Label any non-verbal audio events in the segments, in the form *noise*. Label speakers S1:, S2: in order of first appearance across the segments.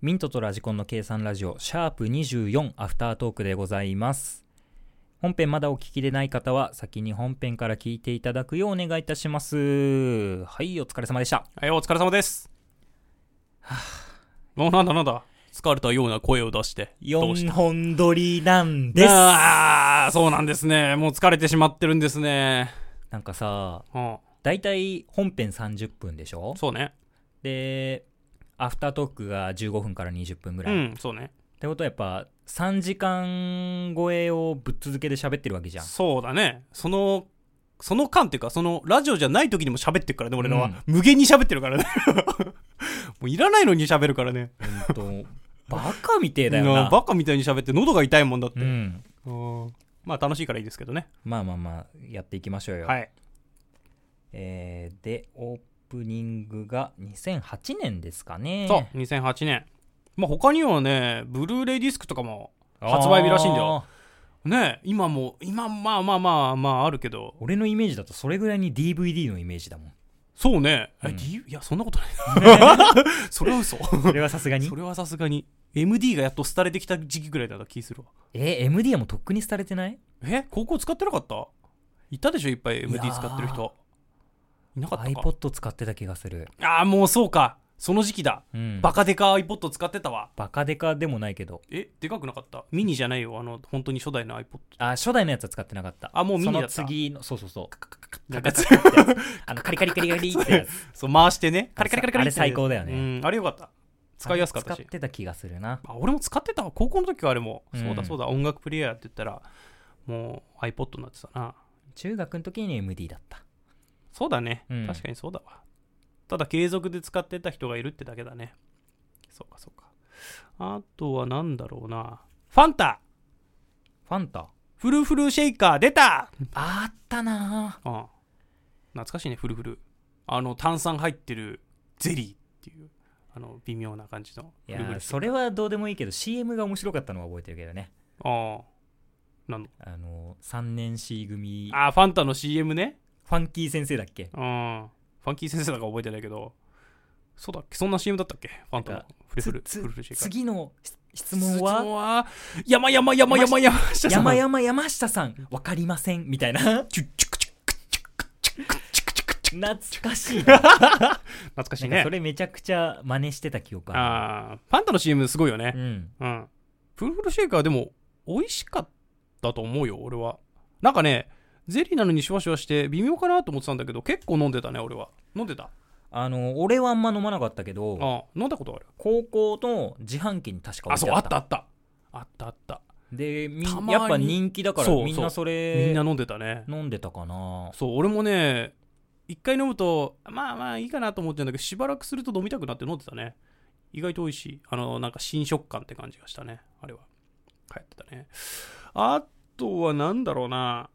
S1: ミントとラジコンの計算ラジオ、シャープ24アフタートークでございます。本編まだお聞きでない方は、先に本編から聞いていただくようお願いいたします。はい、お疲れ様でした。
S2: はい、お疲れ様です。 *sighs* もうなんだなんだ疲れたような声を出して。どうし
S1: 4
S2: た
S1: 本撮りなんです。
S2: ああ、そうなんですね。もう疲れてしまってるんですね。
S1: なんかさ、
S2: うん。
S1: だいたい本編30分でしょ
S2: そうね。
S1: で、アフタートークが15分から20分ぐ
S2: う
S1: らい。っ
S2: ん、そうね。
S1: てことはやっぱ、3時間超えをぶっ続けで喋ってるわけじゃん。
S2: そうだね。その、その間っていうか、その、ラジオじゃない時にも喋ってるからね、俺らは。
S1: うん
S2: 無限に喋ってるからね。 *laughs* もういらないのに喋るからね。
S1: ほんと、バカみてえだよ *laughs*
S2: な
S1: な。
S2: バカみたいに喋って、喉が痛いもんだって
S1: う。ん。
S2: うんまあ、楽しいからいいですけどね。
S1: まあまあまあ、やっていきましょうよ。
S2: はい。
S1: えーで、オープニングが2008年ですかね。
S2: そう、2008年。まあ、他にはね、ブルーレイディスクとかも
S1: あー
S2: 発売日らしいんだよ。ねえ今も今まあまあまあまああるけど
S1: 俺のイメージだとそれぐらいに DVD のイメージだもん。
S2: そうね、
S1: う
S2: え
S1: ん
S2: D- いやそんなことない *laughs*
S1: *laughs*
S2: それは嘘
S1: それはさすがに
S2: そ。れはさすがに MD がやっと廃れてきた時期ぐらいだった気するわ
S1: えー、MD はもうとっくに廃れてない
S2: え高校使ってなかったいたでしょいっぱい
S1: いや
S2: MD
S1: ー
S2: 使ってる人いなかったか
S1: ?iPod 使ってた気がする。
S2: ああもうそうかその時期だ、
S1: うん。
S2: バカデカ iPod 使ってたわ
S1: バカデカでもないけど。
S2: えでかくなかったミニじゃないよあの本当に初代の iPod
S1: あ、初代のやつは使ってなかった。
S2: あもうミニだった
S1: その次の、そうそうそう。
S2: なんか
S1: あの、カリカリカリカリってやつ。
S2: そう回してねカリカリカリカリって
S1: あれ最高だよね
S2: うんあれよかった *laughs* 使いやすかった
S1: 使っ
S2: し
S1: てた気がするな。
S2: あ俺も使ってたわ高校の時はあれも、
S1: うん
S2: そうだそうだ音楽プレイヤーって言ったらもう iPod になってたな
S1: 中学の時に MD だった。
S2: そうだね、
S1: うん
S2: 確かにそうだわただ継続で使ってた人がいるってだけだねそうかそうかあとはなんだろうなファンタ
S1: ファンタ。
S2: フルフルシェイカー出た
S1: あったな
S2: うん懐かしいねフルフルあの炭酸入ってるゼリーっていうあの微妙な感じの
S1: ぁ。い
S2: フ
S1: や
S2: ルフ
S1: ー
S2: ルシェイ
S1: それはどうでもいいけど、CM が面白かったのは覚えてるけどね。
S2: カーああなんの
S1: あの、3年 C 組、
S2: あーファンタの CM ね
S1: ファンキー先生だっけ
S2: うん。ファンキー先生だか覚えてないけど、そうだっけそんな CM だったっけファンタ
S1: なん
S2: のフルフル、
S1: つ
S2: フルフルシェイカー。
S1: 次の質質
S2: 質
S1: 問は
S2: 山山山山山下さん
S1: 山山山下さん、わかりませんみたい
S2: *laughs*
S1: な。
S2: チュッチュクチュクチュクチュクチュクチュクチュク
S1: 懐かしいな。
S2: 懐かし
S1: ないんか
S2: ね
S1: そ。れめちゃくちゃ真似してた記憶あ
S2: あーファンタの CM すごいよ
S1: る。う
S2: ね。
S1: ん。
S2: うん。フルフルシェイカーでも、美味しかったと思うよ、俺は。なんかね、ゼリーなのにシュワシュワして微妙かなと思ってたんだけど、結構飲んでたね、俺は。飲んでた。
S1: あの、俺はあんま飲まなかったけど、
S2: あ飲んだことある。
S1: 高校の自販機に確か置
S2: あ、
S1: いて
S2: そう、あったあった。あったあった。
S1: でみ
S2: たまに
S1: やっぱ人気だから
S2: そう
S1: みんなそれ
S2: みんな飲んでたね。
S1: 飲んでたかな
S2: そう俺もね一回飲むとまあまあいいかなと思ってんだけどしばらくすると飲みたくなって飲んでたね意外と美味しいあのなんか新食感って感じがしたねあれは流行ってたねあとはなんだろうな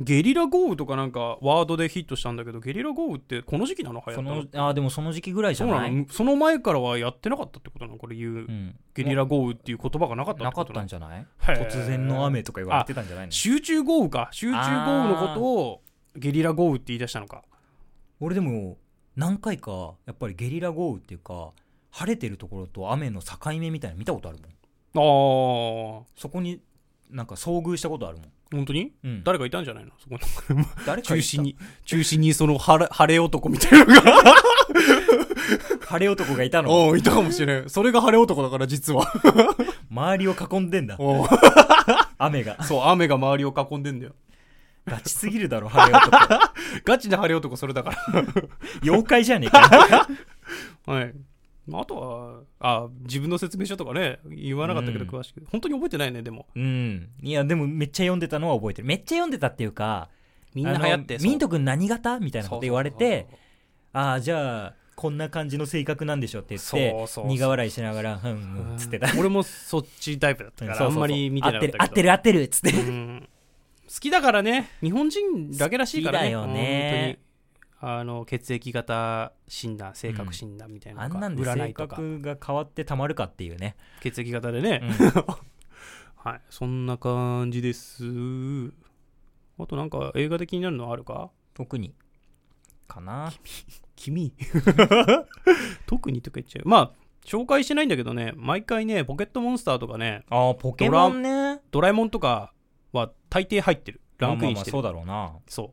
S2: ゲリラ豪雨とかなんかワードでヒットしたんだけどゲリラ豪雨ってこの時期なの流行
S1: そ
S2: ったの
S1: のあーでもその時期ぐらいじ
S2: そ
S1: ゃ
S2: う
S1: な
S2: ないのその前からはやってなかったってことなのこれ言う、
S1: うん
S2: ゲリラ豪雨っていう言葉がなかった
S1: な
S2: て
S1: か
S2: こ
S1: っ
S2: と
S1: た
S2: の
S1: んじゃない
S2: へー
S1: 突然の雨とか言われてたんじゃないの
S2: 集中豪雨か集中豪雨のことをゲリラ豪雨って言い出したのか
S1: 俺でも何回かやっぱりゲリラ豪雨っていうか晴れてるところと雨の境目みたいなの見たことあるもん
S2: ああ本
S1: そこになんか遭遇したことあるもん、
S2: 当に
S1: うん、
S2: 誰かいたんじゃないのそこに
S1: 誰か
S2: 中
S1: 言った
S2: 心に *laughs* 中心にその晴れ晴れ男みたいなのが
S1: 晴れ男がいたの
S2: *laughs* おいたかもしれんそれが晴れ男だから実 *laughs* は
S1: 周りを囲んでんだ
S2: おう
S1: 雨が
S2: そう雨が周りを囲んでんだよ
S1: ガチすぎるだろ晴れ男
S2: ガチな晴れ男それだから *laughs*
S1: 妖怪じゃねえか
S2: はい。まあ、あとは、あ、自分の説明書とかね、言わなかったけど
S1: うん
S2: 詳しく。本当に覚えてないね、でも。
S1: うん。いや、でもめっちゃ読んでたのは覚えてる。めっちゃ読んでたっていうか、
S2: みんな流行って
S1: あのミント君何型みたいなこと言われて、、ああ、じゃあ、こんな感じの性格なんでしょって言って、
S2: そうそうそう
S1: 苦笑いしながら、うん、うん、つってた。
S2: 俺もそっちタイプだった
S1: う
S2: か
S1: そうそうそ
S2: ら、
S1: う
S2: あんまり見てなかったけど。
S1: 合ってる、合ってる、合ってる、つって。
S2: うん好きだからね日本人だけらしいからね
S1: 好きだよね
S2: 本あの血液型診断性格診断みたいな
S1: あん
S2: のとか、
S1: なんで
S2: 占
S1: 性
S2: いとか
S1: 格が変わってたまるかっていうね、
S2: 血液型でね、
S1: うん
S2: *laughs* はいそんな感じですあとなんか映画で気になるのあるか
S1: 特にかな
S2: 君 *laughs* 特にとか言っちゃうまあ紹介してないんだけどね毎回ねポケットモンスターとかね
S1: ああポケモンね
S2: ドラえもんとかは大抵入ってるランクインしてる
S1: まあまあまあそうだろうな
S2: そう。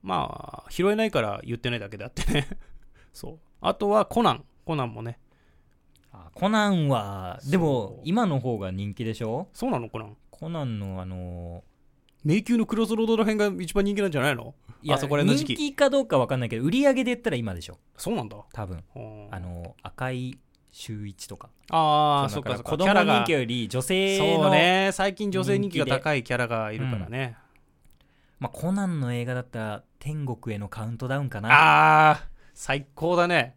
S2: まあ、拾えないから言ってないだけであってね。 *laughs* そう。あとはコナン。コナンもね。
S1: あコナンはでも
S2: そう
S1: 今の方が人気でしょ
S2: そうなのコナン。
S1: コナンのあの
S2: 迷宮のクロスロードら辺が一番人気なんじゃないの
S1: ーいや
S2: あそこら辺の時期
S1: 人気かどうか分かんないけど売り上げで言ったら今でしょ
S2: そうなんだ。
S1: 多分あ
S2: あの
S1: のー赤い週一とか
S2: あー、そっ
S1: だ
S2: か
S1: ら
S2: そっ
S1: 子
S2: か。
S1: 供
S2: キャラ
S1: 人
S2: が
S1: 気。より女性
S2: そう
S1: の、
S2: ね。最近女性人気が高いキャラがいるからね。
S1: まあ、コナンの映画だったら天国へのカウントダウンかな
S2: あー、最高だね。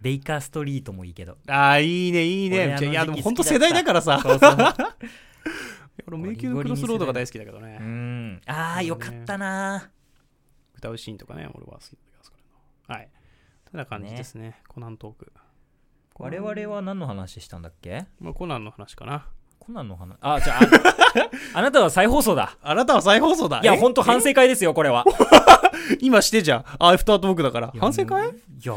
S1: ベイカーストリートもいいけど
S2: あー、いいね、いい
S1: 俺
S2: ね
S1: あ。の
S2: いや、で
S1: 時
S2: も
S1: 期
S2: 本
S1: 好
S2: 当
S1: きだ
S2: 世
S1: った
S2: 代だからさ。
S1: そうそう
S2: 俺、迷宮のクロスロードが大好きだけど
S1: *laughs* う
S2: ね。
S1: んああよかったな
S2: 歌うシーンとかね、俺は好きだけど、それの。はい。そんな感じですね。コナントーク。
S1: 我々は何の話したんだっけ
S2: まあ、コナンの話かな。
S1: コナンの話あじゃ
S2: *laughs*
S1: あああなたは再放送だ
S2: あなたは再放送だ
S1: いや
S2: え
S1: 本当反省会ですよこれは
S2: 今してじゃん。アフタートークだから。 *laughs* 反省会
S1: いや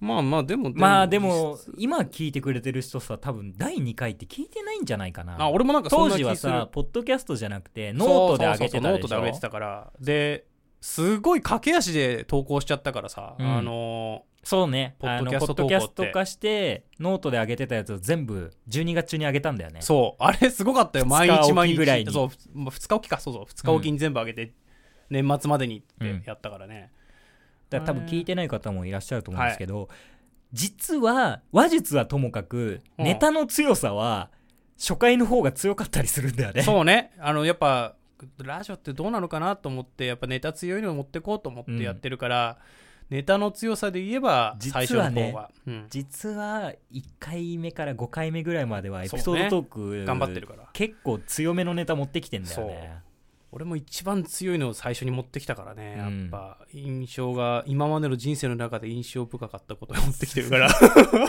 S2: まあまあ、でも、
S1: まあで、も今聞いてくれてる人さ多分第2回って聞いてないんじゃないかな
S2: あ、俺もなんかそ
S1: 当
S2: んな気
S1: 時は
S2: する
S1: さ、ポッドキャストじゃなくてノートで上げて
S2: そうそうそう
S1: た
S2: ノー
S1: で
S2: ト
S1: し
S2: で上げて
S1: ょ
S2: たから。で、すごい駆け足で投稿しちゃったからさ、
S1: うん
S2: あの
S1: そうね
S2: ポッ
S1: あ
S2: ド
S1: の
S2: キャ
S1: ポ
S2: ス
S1: ッ
S2: ト
S1: ド
S2: 投稿って
S1: キャスト化してノートで上げてたやつを全部12月中に上げたんだよね
S2: ーそう、あれすごかったよ。毎
S1: 二日おき
S2: 日毎日。
S1: ぐらいに
S2: そう、ふまあ二日おきか、そうそう。二日おきに全部上げて、年末までにってやったからね。
S1: だから多分聞いてない方もいらっしゃると思うんですけど、実は話術はともかく
S2: うん
S1: ネタの強さは初回の方が強かったりするんだよね
S2: そうね。あの、やっぱ、ラジオってどうなのかなと思って、やっぱネタ強いのを持ってこうと思ってやってるから、ネタの強さで言えば、
S1: 実
S2: 最初の
S1: はね
S2: 方が、うん
S1: 実は1回目から5回目ぐらいまではエピソ
S2: そう
S1: ー
S2: ね
S1: ドトーク
S2: 頑張ってるから。
S1: 結構強めのネタ持ってきてんだよね
S2: 俺も一番強いのを最初に持ってきたからね、や
S1: う
S2: っ
S1: ん
S2: ぱ、印象が、今までの人生の中で印象深かったことを持ってきてる *laughs* から。は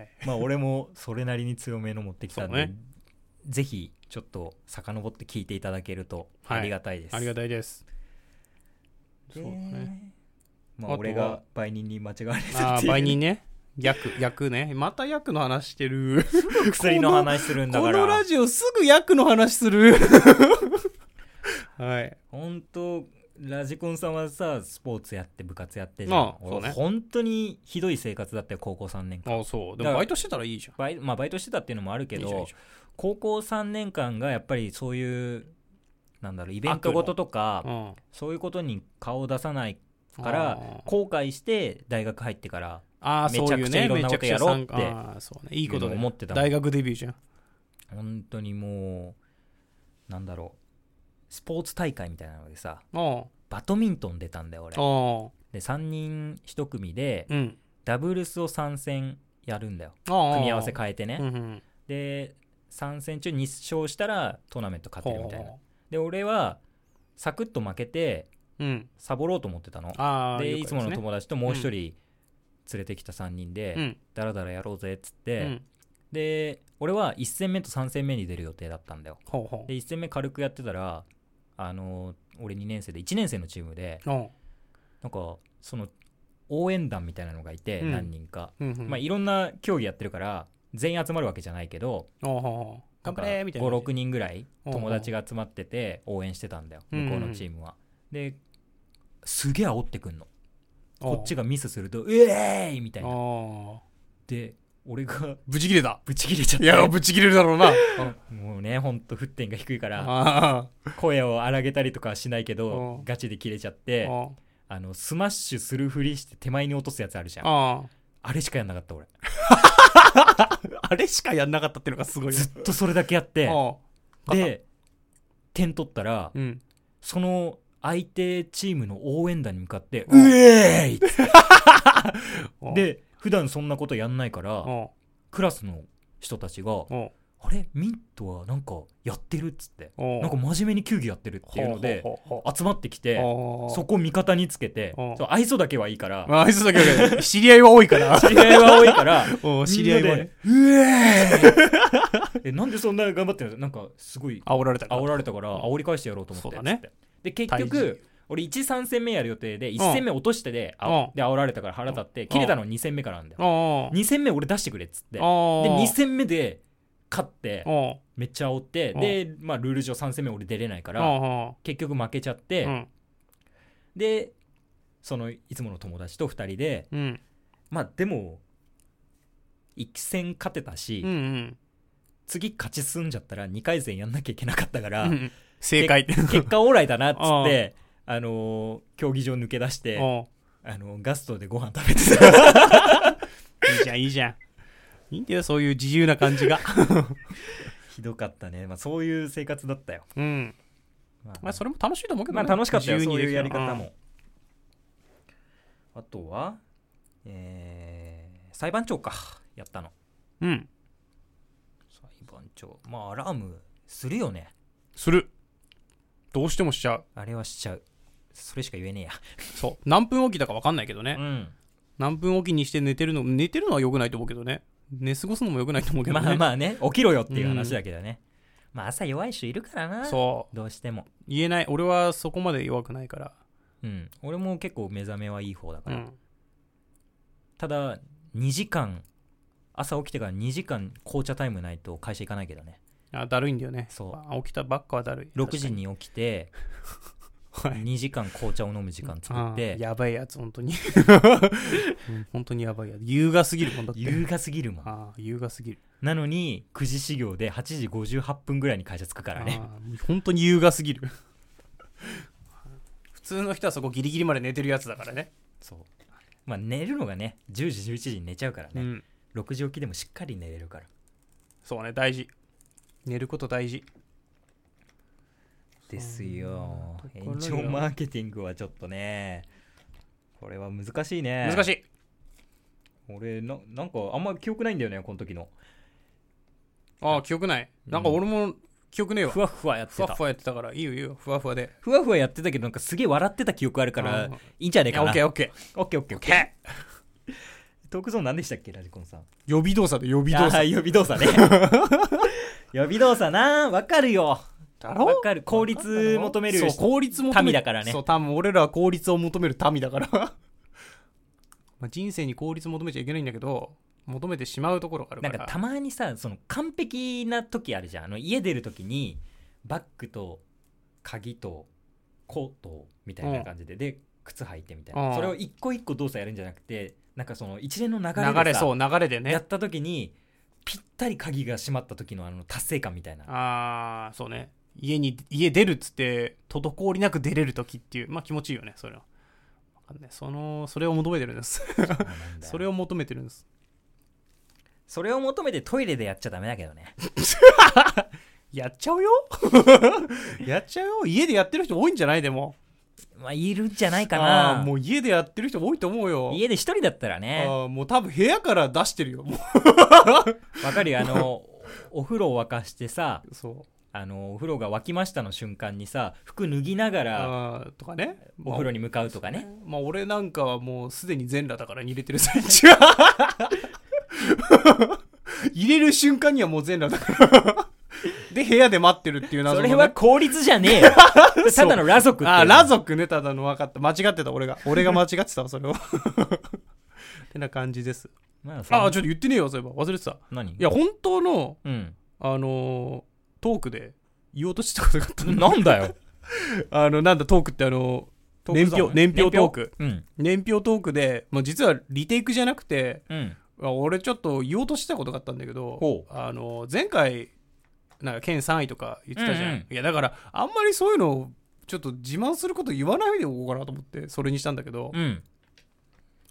S2: い。
S1: まあ俺もそれなりに強めの持ってきたん
S2: そ
S1: で、
S2: うね
S1: ぜひちょっと遡って聞いていただけると
S2: は
S1: あ
S2: い
S1: りがたいです、
S2: ありがたい *laughs* です。
S1: で
S2: そうだね。
S1: ま
S2: あ
S1: あ
S2: とは
S1: 俺が売人に間違われてる
S2: あ
S1: っ
S2: あ、
S1: ていう
S2: 倍にね。役、薬ね。また役の話してる。
S1: *laughs* 薬の話するんだ
S2: こ
S1: か
S2: のラ
S1: ら
S2: ジオすぐ役の話する。 *laughs* はい。
S1: 本当ラジコンさんはさスポーツやって部活やってじゃん、
S2: まあそうね
S1: 俺本当にひどい生活だったよ高校3年間
S2: ああ、そう。で
S1: だから
S2: もバイトしてたらいいじゃん。
S1: バイ,、まあ、バイトしてたっていうのもあるけど
S2: いいじゃんいいじゃん
S1: 高校3年間がやっぱりそういうなんだろうイベントごととか
S2: うん
S1: そういうことに顔を出さないか
S2: あ
S1: ら
S2: ー
S1: 後悔して大学入ってから
S2: ああ
S1: めちゃくちゃいろんなことやろうって
S2: そういうねめちゃくちゃ参加ああそうねいいことだよ
S1: 思ってたもん
S2: 大学デビューじゃん
S1: 本当にもうなんだろうスポーツ大会みたいなのでさ
S2: あ
S1: バドミントン出たんだよ俺
S2: あああ
S1: で3人1組で
S2: うん
S1: ダブルスを3戦やるんだよ
S2: ああ
S1: 組み合わせ変えて
S2: う
S1: ね
S2: んうん
S1: で3戦中2勝したらトーナメント勝てるみたいな
S2: ほ
S1: で俺はサクッと負けて
S2: ううん
S1: サボろうと思ってたの
S2: ああ
S1: で
S2: よ
S1: い
S2: く
S1: つ
S2: あ
S1: も
S2: る
S1: の
S2: ですね
S1: 友達ともう1人連れてきた3人
S2: う
S1: で
S2: ん
S1: ダラダラやろうぜっつっ
S2: う
S1: て
S2: ん
S1: で俺は1戦目と3戦目に出る予定だったんだよ
S2: ほうほう
S1: で1戦目軽くやってたらあの俺2年生で1年生のチームで
S2: うん
S1: なんかその応援団みたいなのがいて
S2: うん
S1: 何人か、
S2: うんうん
S1: まあ、いろんな競技やってるから全員集まるわけじゃないけど
S2: ほうほうほう頑張れーみたいな
S1: 56人ぐらい
S2: うんうん
S1: 友達が集まってて応援してたんだよ
S2: うんうん
S1: 向こうのチームは。ですげえ煽ってくんのこっち
S2: が
S1: がミスすると「うえーい!」みたいな。
S2: ぶ
S1: で俺が *laughs*
S2: ち切れだ
S1: ブチ切れちゃっ
S2: いや
S1: て
S2: ぶち切れるだろうな
S1: もうねほんと沸点が低いから
S2: あ
S1: 声を荒げたりとかはしないけ
S2: う
S1: ど
S2: ん
S1: ガチで切れちゃっ
S2: あ
S1: て
S2: あ
S1: あのスマッシュするふりして手前に落とすやつあるじゃん
S2: あ
S1: あれしかやんなかった俺
S2: ああれしかやんなかったっていうのがすごい
S1: ずっとそれだけやって
S2: ああ
S1: で点取ったら、
S2: うん
S1: その相手チームの応援団に向かって「
S2: うん
S1: うえーい!」
S2: うん
S1: で普段そんなことやんないから
S2: うん
S1: クラスの人たちが
S2: うん
S1: 「あれミントはなんかやってるっつって
S2: お
S1: なんか真面目に球技やってるっていうので集まってきてそこ味方につけて
S2: おう
S1: そう愛想だけはいいから
S2: ああいつだけはね知り合いは多い *laughs* から
S1: *laughs* 知り合いは多いから
S2: お知り合いは
S1: みんな
S2: ね
S1: でうえーえなんでそんな頑張ってるのなんかすごい
S2: 煽られたから
S1: 煽られたから煽り返してやろうと思って
S2: そうだね
S1: つってで結
S2: 退
S1: 局俺13戦目やる予定で1戦目落としてで,あ、
S2: うん
S1: で煽られたから腹立って切れたの2戦目からなんだよ
S2: ああ
S1: 2戦目俺出してくれっつってで
S2: あ
S1: 2戦目で勝って
S2: あ
S1: めっちゃ煽って
S2: うん
S1: で、まあ、ルール上3戦目俺出れないか
S2: あ
S1: ら
S2: あ
S1: 結局負けちゃって、
S2: うん
S1: でそのいつもの友達と2人で
S2: うん
S1: まあでも1戦勝てたし、
S2: うんうん
S1: 次勝ち進んじゃったら2回戦やんなきゃいけなかったから、
S2: うんうん *laughs* 正
S1: *laughs*
S2: 解って
S1: 結
S2: *laughs*
S1: 果オーライだなっつって、あのー競技場抜け出して、
S2: お
S1: あのーガストでご飯食べてた
S2: いいじゃんいいじゃんいいんだよそういう自由な感
S1: *laughs*
S2: じが
S1: *laughs* ひどかったね、まあ、そういう生活だったよ、
S2: うん
S1: まあ
S2: まあそれも楽しいと思うけど
S1: ま
S2: ね
S1: あ楽しかったよ
S2: 自由
S1: そうい
S2: にで
S1: う
S2: き
S1: や
S2: た
S1: り方
S2: うん
S1: もあとは、えー裁判長かやったの
S2: うん
S1: 裁判長まあアラームするよね
S2: するどうしてもしちゃう
S1: あれはしちゃうそれしか言えね
S2: そう何分おきだか分かんないけど
S1: え
S2: ね
S1: やうん
S2: 何分おきにして寝てるの寝てるのは良くないと思うけどね寝過ごすのも良くないと思うけどね
S1: まあまあね起きろよっていう話だけどね、まあ朝弱い人いるからな
S2: そう
S1: どうしても
S2: 言えない俺はそこまで弱くないから
S1: うん俺も結構目覚めはいい方だか
S2: う
S1: ら、
S2: ん
S1: ただ2時間朝起きてから2時間紅茶タイムないと会社行かないけどね
S2: あだるいんだよね
S1: そう
S2: あ起きたばっかはだるい
S1: 6時に起きて
S2: 確か *laughs* にはい
S1: 2時間紅茶を飲む時間作っ
S2: あー
S1: て
S2: やばいやつ
S1: *laughs*
S2: 本当に、うん本当にやばいやつ優雅すぎるもんだって
S1: 優雅すぎるもん
S2: あー優雅すぎる
S1: なのに9時始業で8時58分ぐらいに会社着くからね
S2: あー本当に優雅すぎる *laughs* 普通の人はそこギリギリまで寝てるやつだからね
S1: そうまあ寝るのがね10時11時に寝ちゃうから
S2: う
S1: ね、
S2: ん
S1: 6時起きでもしっかり寝れるから
S2: そうね大事寝ること大事
S1: ですよ
S2: そんなところ
S1: 延
S2: よ
S1: 長マーケティングはちょっとねこれは難しいね
S2: 難し
S1: い
S2: い
S1: 俺ななんかあんま記憶ないんだよねこの時の
S2: ああ記憶ないなんか俺も記憶ねえわ
S1: ふわふわやって
S2: ふわ
S1: た
S2: ふわやってたからいいよいいよふわふわで
S1: ふわふわやってたけどなんかすげえ笑ってた記憶あるから
S2: あー
S1: いいんじゃねえ
S2: いや
S1: か
S2: オ
S1: な
S2: ッケーオッケー
S1: オッケーオッケーオッケートークゾーン何でしたっけラジコンさん
S2: 予備動作で予備動
S1: あ
S2: 作
S1: ー予備動作 *laughs* ね予備動作なわかるよ
S2: だ
S1: わかる効率求める
S2: そう効率求める
S1: 民だからね
S2: そう多分俺らは効率を求める民だから *laughs* まあ人生に効率求めちゃいけないんだけど求めてしまうところがあるか
S1: なん
S2: ら
S1: かたまにさその完璧な時あるじゃんあの家出る時にバッグと鍵とコートみたいな感じで、で靴履いてみたいな、
S2: うん
S1: それを一個一個動作やるんじゃなくてなんかその一連の流れでさ
S2: 流れそう流れで
S1: や
S2: ね
S1: った時にぴったり鍵が閉まった時のあの達成感みたいな *laughs*
S2: ああそうね家に家出るっつって滞りなく出れる時っていうまあ気持ちいいよねそれはわかんないそのそれを求めてるんです
S1: そうなんだよ
S2: それを求めてるんです
S1: それを求めてトイレでやっちゃダメだけどね
S2: やっちゃうよ *laughs* やっちゃうよ家でやってる人多いんじゃないでも
S1: まあいるんじゃないか
S2: あ
S1: な
S2: ーもう家でやってる人多いと思うよ
S1: 家で一人だったらね
S2: あーもう多分部屋から出してるよも
S1: わかるよあの *laughs* お風呂を沸かしてさ
S2: うそう
S1: あのお風呂が沸きましたの瞬間にさ服脱ぎながら
S2: あーとかね
S1: お風呂
S2: に
S1: に向かうとかね、
S2: まあ俺なんかはもうすでに全裸だから入れてる最中 *laughs* 入れる瞬間にはもう全裸だから *laughs* で部屋で待ってるっていう謎
S1: そ
S2: の、
S1: れ
S2: ね、
S1: は効率じゃねえよ
S2: *laughs*
S1: ただの裸族って
S2: あーラ
S1: 族
S2: 族ねただの分かった間違ってた俺が俺が間違ってたわそれを *laughs* てな感じです
S1: まあそん
S2: ああちょっと言ってねえよそういえば忘れてた
S1: 何
S2: いや本当の
S1: うん
S2: あのートークで言おうとしてたことがあったの
S1: なんだよ
S2: あの、なんだ、トークってあの、
S1: *laughs* トークゾーンね
S2: 年表年表トーク
S1: うん
S2: 年表トークで、まあ、実はリテイクじゃなくて、
S1: うん
S2: あ俺ちょっと言おうとしてたことがあったんだけど
S1: ほ、
S2: あの、前回、なんか、県3位とか言ってたじゃん。
S1: うん
S2: いや、だから、あんまりそういうのを、ちょっと自慢すること言わないでおこうかなと思って、それにしたんだけど、
S1: うん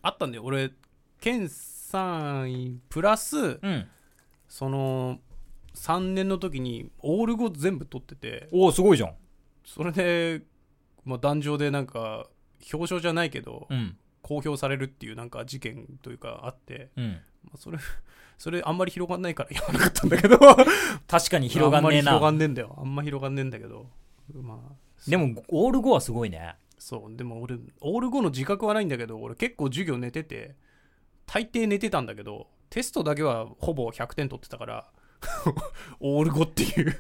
S2: あったんだよ、俺、県3位プラス、
S1: うん
S2: その、3年の時に、オール5全部取ってて、
S1: おおすごいじゃん
S2: それで、まあ、壇上でなんか表彰じゃないけど、
S1: うん
S2: 公表されるっていうなんか事件というかあって
S1: うん
S2: まあそれ、 *laughs* それあんまり広がんないから言わなかったんだけど。
S1: 確かに *laughs* 広がんねえ
S2: あんまり広が
S1: なん
S2: ねえんだよ。あんま広がんねえんだけど。まあ、
S1: でもオール5はすごいね
S2: そう、でも俺、オール5の自覚はないんだけど、俺結構授業寝てて、大抵寝てたんだけど、テストだけはほぼ100点取ってたから、 *laughs* オール5っていう、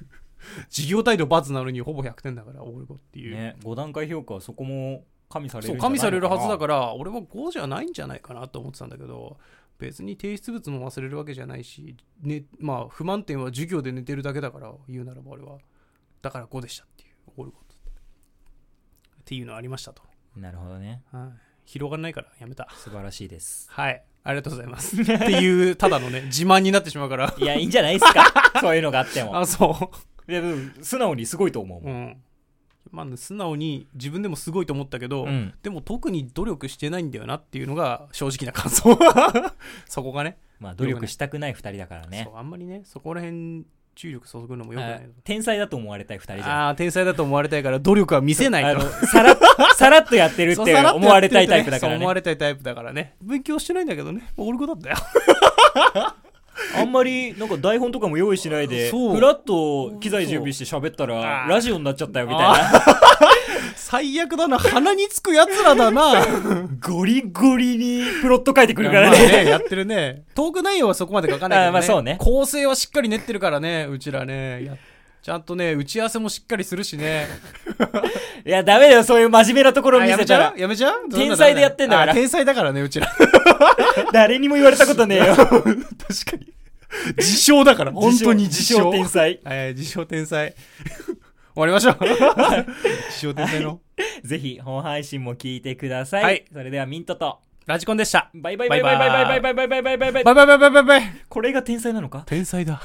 S2: 授業態度罰なのにほぼ100点だから、オール5っていう。
S1: ね5段階評価はそこも加味される
S2: そ
S1: んじ
S2: う、
S1: ゃな
S2: 加
S1: い
S2: 味
S1: の
S2: されるはずだ
S1: か
S2: から、俺は5じゃないんじゃないかなと思ってたんだけど、別に提出物も忘れるわけじゃないし、ね、まあ、不満点は授業で寝てるだけだから、言うならば俺は。だから5でしたっていう、オール5って。っていうのありましたと。
S1: ななるほどね
S2: はい、広がらないからやめた。
S1: 素晴らしい
S2: *laughs*
S1: です
S2: はい。ありがとうございます。 *laughs* っていう、ただのね、自慢になってしまうから。
S1: いやいいんじゃないです *laughs* かそういうのがあっても
S2: あ、そ
S1: いやでも素直にすごいと思う
S2: う。う
S1: もん
S2: ん。まあ、素直に自分でもすごいと思ったけど、
S1: うん
S2: でも特に努力してないんだよなっていうのが正直な感 *laughs* 想。そこがね
S1: まあ努力したくない2人だからね
S2: そう。あんまりね、そこら辺注力注ぐのもよくな
S1: あ
S2: い。
S1: 天才だと思われたい2人じゃん
S2: ああー、天才だと思われたいから努力は見せない
S1: あ
S2: と。
S1: のさらっ *laughs* さらっとやってるっ
S2: そう
S1: て
S2: さらっと
S1: 思われたいタイプだか
S2: や
S1: ら
S2: ってるってそう思わ
S1: ね
S2: れたいタイプだからね。勉強してないんだけどね。オール5だったよ。
S1: あんまりなんか台本とかも用意しないで
S2: そう
S1: ふらっと機材準備して喋ったら
S2: あー
S1: ラジオになっちゃったよみたいな
S2: 最悪だな。鼻につく奴らだ *laughs* な。
S1: ゴリゴリにプロット書いてくるか
S2: ま
S1: ら
S2: あ
S1: ね
S2: ね、やってるね。 *laughs* トーク内容はそこまで書か *laughs* ないけど、ね。
S1: あまあそうね
S2: 構成はしっかり練ってるからね、うちらね。やちゃんとね、打ち合わせもしっかりするしね。
S1: いやダメだよそういう真面目なところを
S2: あ
S1: 見
S2: や
S1: せ
S2: めち
S1: た
S2: ゃ
S1: ら
S2: うやめちゃうそんな
S1: 天才でやってんだから
S2: あ天才だからね、う *laughs* ちら。
S1: 誰にも言われたことねえよ
S2: 確かに。自称だから、本当に *laughs* 自
S1: 自
S2: 称。
S1: 称天才
S2: はいはい、自称天才。 *laughs* 終わりま *laughs* しょう。自称天才の。
S1: ぜひ本配信も聞いてください、
S2: はい
S1: それではミントと
S2: ラジコンでした。
S1: バイバイバイバイバイバイバイバイバイバイバイ
S2: バイバイバイバイバイバイ。 *laughs*
S1: これが天才なのか
S2: 天才だ。